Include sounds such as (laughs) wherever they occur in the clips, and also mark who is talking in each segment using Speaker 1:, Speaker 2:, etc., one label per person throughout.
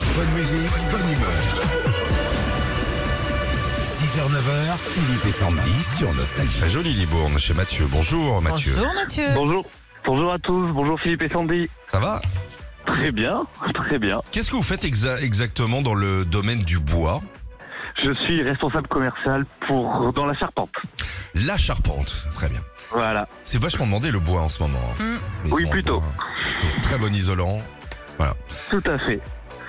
Speaker 1: Bonne musique, bonne humeur. 6h-9h, Philippe et Sandy sur Nostalgie.
Speaker 2: Très jolie Libourne chez Mathieu. Bonjour Mathieu.
Speaker 3: Bonjour Mathieu.
Speaker 4: Bonjour. Bonjour à tous. Bonjour Philippe et Sandy.
Speaker 2: Ça va
Speaker 4: Très bien, très bien.
Speaker 2: Qu'est-ce que vous faites exa- exactement dans le domaine du bois
Speaker 4: Je suis responsable commercial pour dans la charpente.
Speaker 2: La charpente. Très bien.
Speaker 4: Voilà.
Speaker 2: C'est vachement demandé le bois en ce moment. hein.
Speaker 3: Mm.
Speaker 2: Les
Speaker 4: Oui,
Speaker 2: sons en
Speaker 4: plutôt.
Speaker 2: bois, hein. C'est très bon isolant.
Speaker 4: Tout à fait.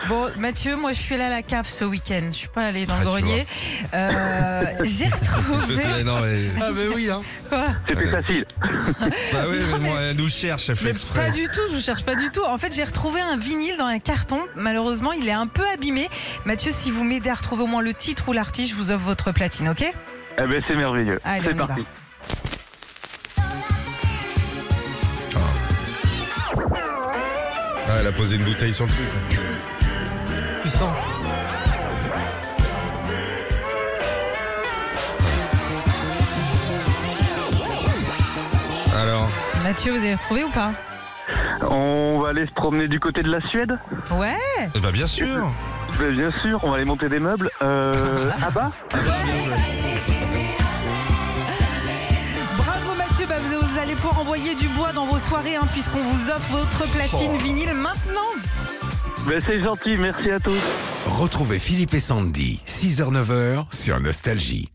Speaker 3: Bon, Mathieu, moi je suis allée à la cave ce week-end. Je suis pas allée dans
Speaker 2: Ah,
Speaker 3: le
Speaker 2: tu
Speaker 3: grenier. Euh,
Speaker 2: (laughs)
Speaker 3: J'ai retrouvé.
Speaker 2: non,
Speaker 3: (laughs)
Speaker 2: mais... Ah, mais oui, hein.
Speaker 3: Quoi
Speaker 4: C'était
Speaker 2: Ouais.
Speaker 4: facile.
Speaker 2: Bah oui, mais moi, elle nous cherche, elle fait
Speaker 3: Mais
Speaker 2: exprès.
Speaker 3: pas du tout, je vous cherche pas du tout. En fait, j'ai retrouvé un vinyle dans un carton. Malheureusement, il est un peu abîmé. Mathieu, si vous m'aidez à retrouver au moins le titre ou l'artiste, je vous offre votre platine, ok
Speaker 4: Eh ben c'est merveilleux.
Speaker 3: Allez, on
Speaker 4: c'est
Speaker 3: y va.
Speaker 4: parti.
Speaker 2: Ah, elle a posé une bouteille sur le truc.
Speaker 3: Puissant.
Speaker 2: Alors,
Speaker 3: Mathieu, vous avez retrouvé ou pas
Speaker 4: On va aller se promener du côté de la Suède.
Speaker 3: Ouais
Speaker 2: eh ben, bien sûr.
Speaker 4: Ben, bien sûr, on va aller monter des meubles.
Speaker 3: (laughs)
Speaker 4: Euh, à bas.
Speaker 3: Bravo Mathieu, bah, vous vous allez pouvoir envoyer du bois dans vos soirées hein, puisqu'on vous offre votre platine
Speaker 2: Oh.
Speaker 3: vinyle maintenant.
Speaker 4: Ben, c'est gentil. Merci à tous.
Speaker 1: Retrouvez Philippe et Sandy, 6h-9h sur Nostalgie.